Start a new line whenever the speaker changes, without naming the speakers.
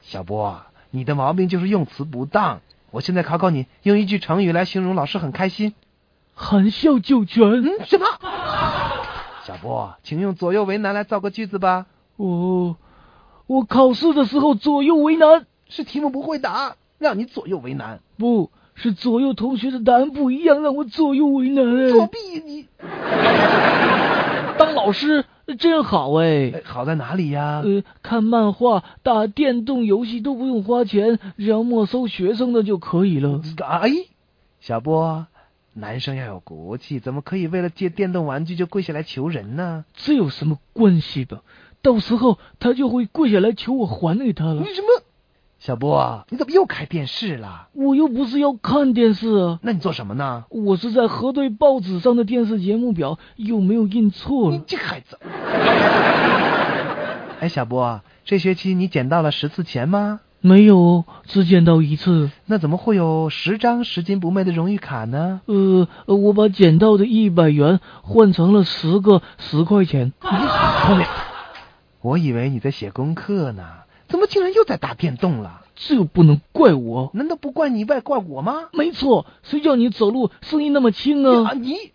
小波，啊你的毛病就是用词不当。我现在考考你，用一句成语来形容老师很开心。
含笑九泉。
嗯，什么？小波，啊请用左右为难来造个句子吧。
哦，我考试的时候左右为难，
是题目不会答，让你左右为难。
不是左右同学的答案不一样，让我左右为难。
作弊你！
当老师真好哎。
哎好在哪里呀？
呃，看漫画、打电动游戏都不用花钱，只要没收学生的就可以了。
哎，小波，啊男生要有骨气，怎么可以为了借电动玩具就跪下来求人呢？
这有什么关系吧？到时候他就会跪下来求我还给他了。
你什么？小波，啊你怎么又开电视了？
我又不是要看电视啊，
那你做什么呢？
我是在核对报纸上的电视节目表有没有印错
你
了。
这孩子！嗯 哎，小波，这学期你捡到了十次钱吗？
没有哦，只捡到一次。
那怎么会有十张拾金不昧的荣誉卡呢？
呃，我把捡到的一百元换成了十个十块钱。
后面，我以为你在写功课呢，怎么竟然又在打电动了？
这不能怪我。
难道不怪你外怪我吗？
没错，谁叫你走路声音那么轻
啊
啊？
你！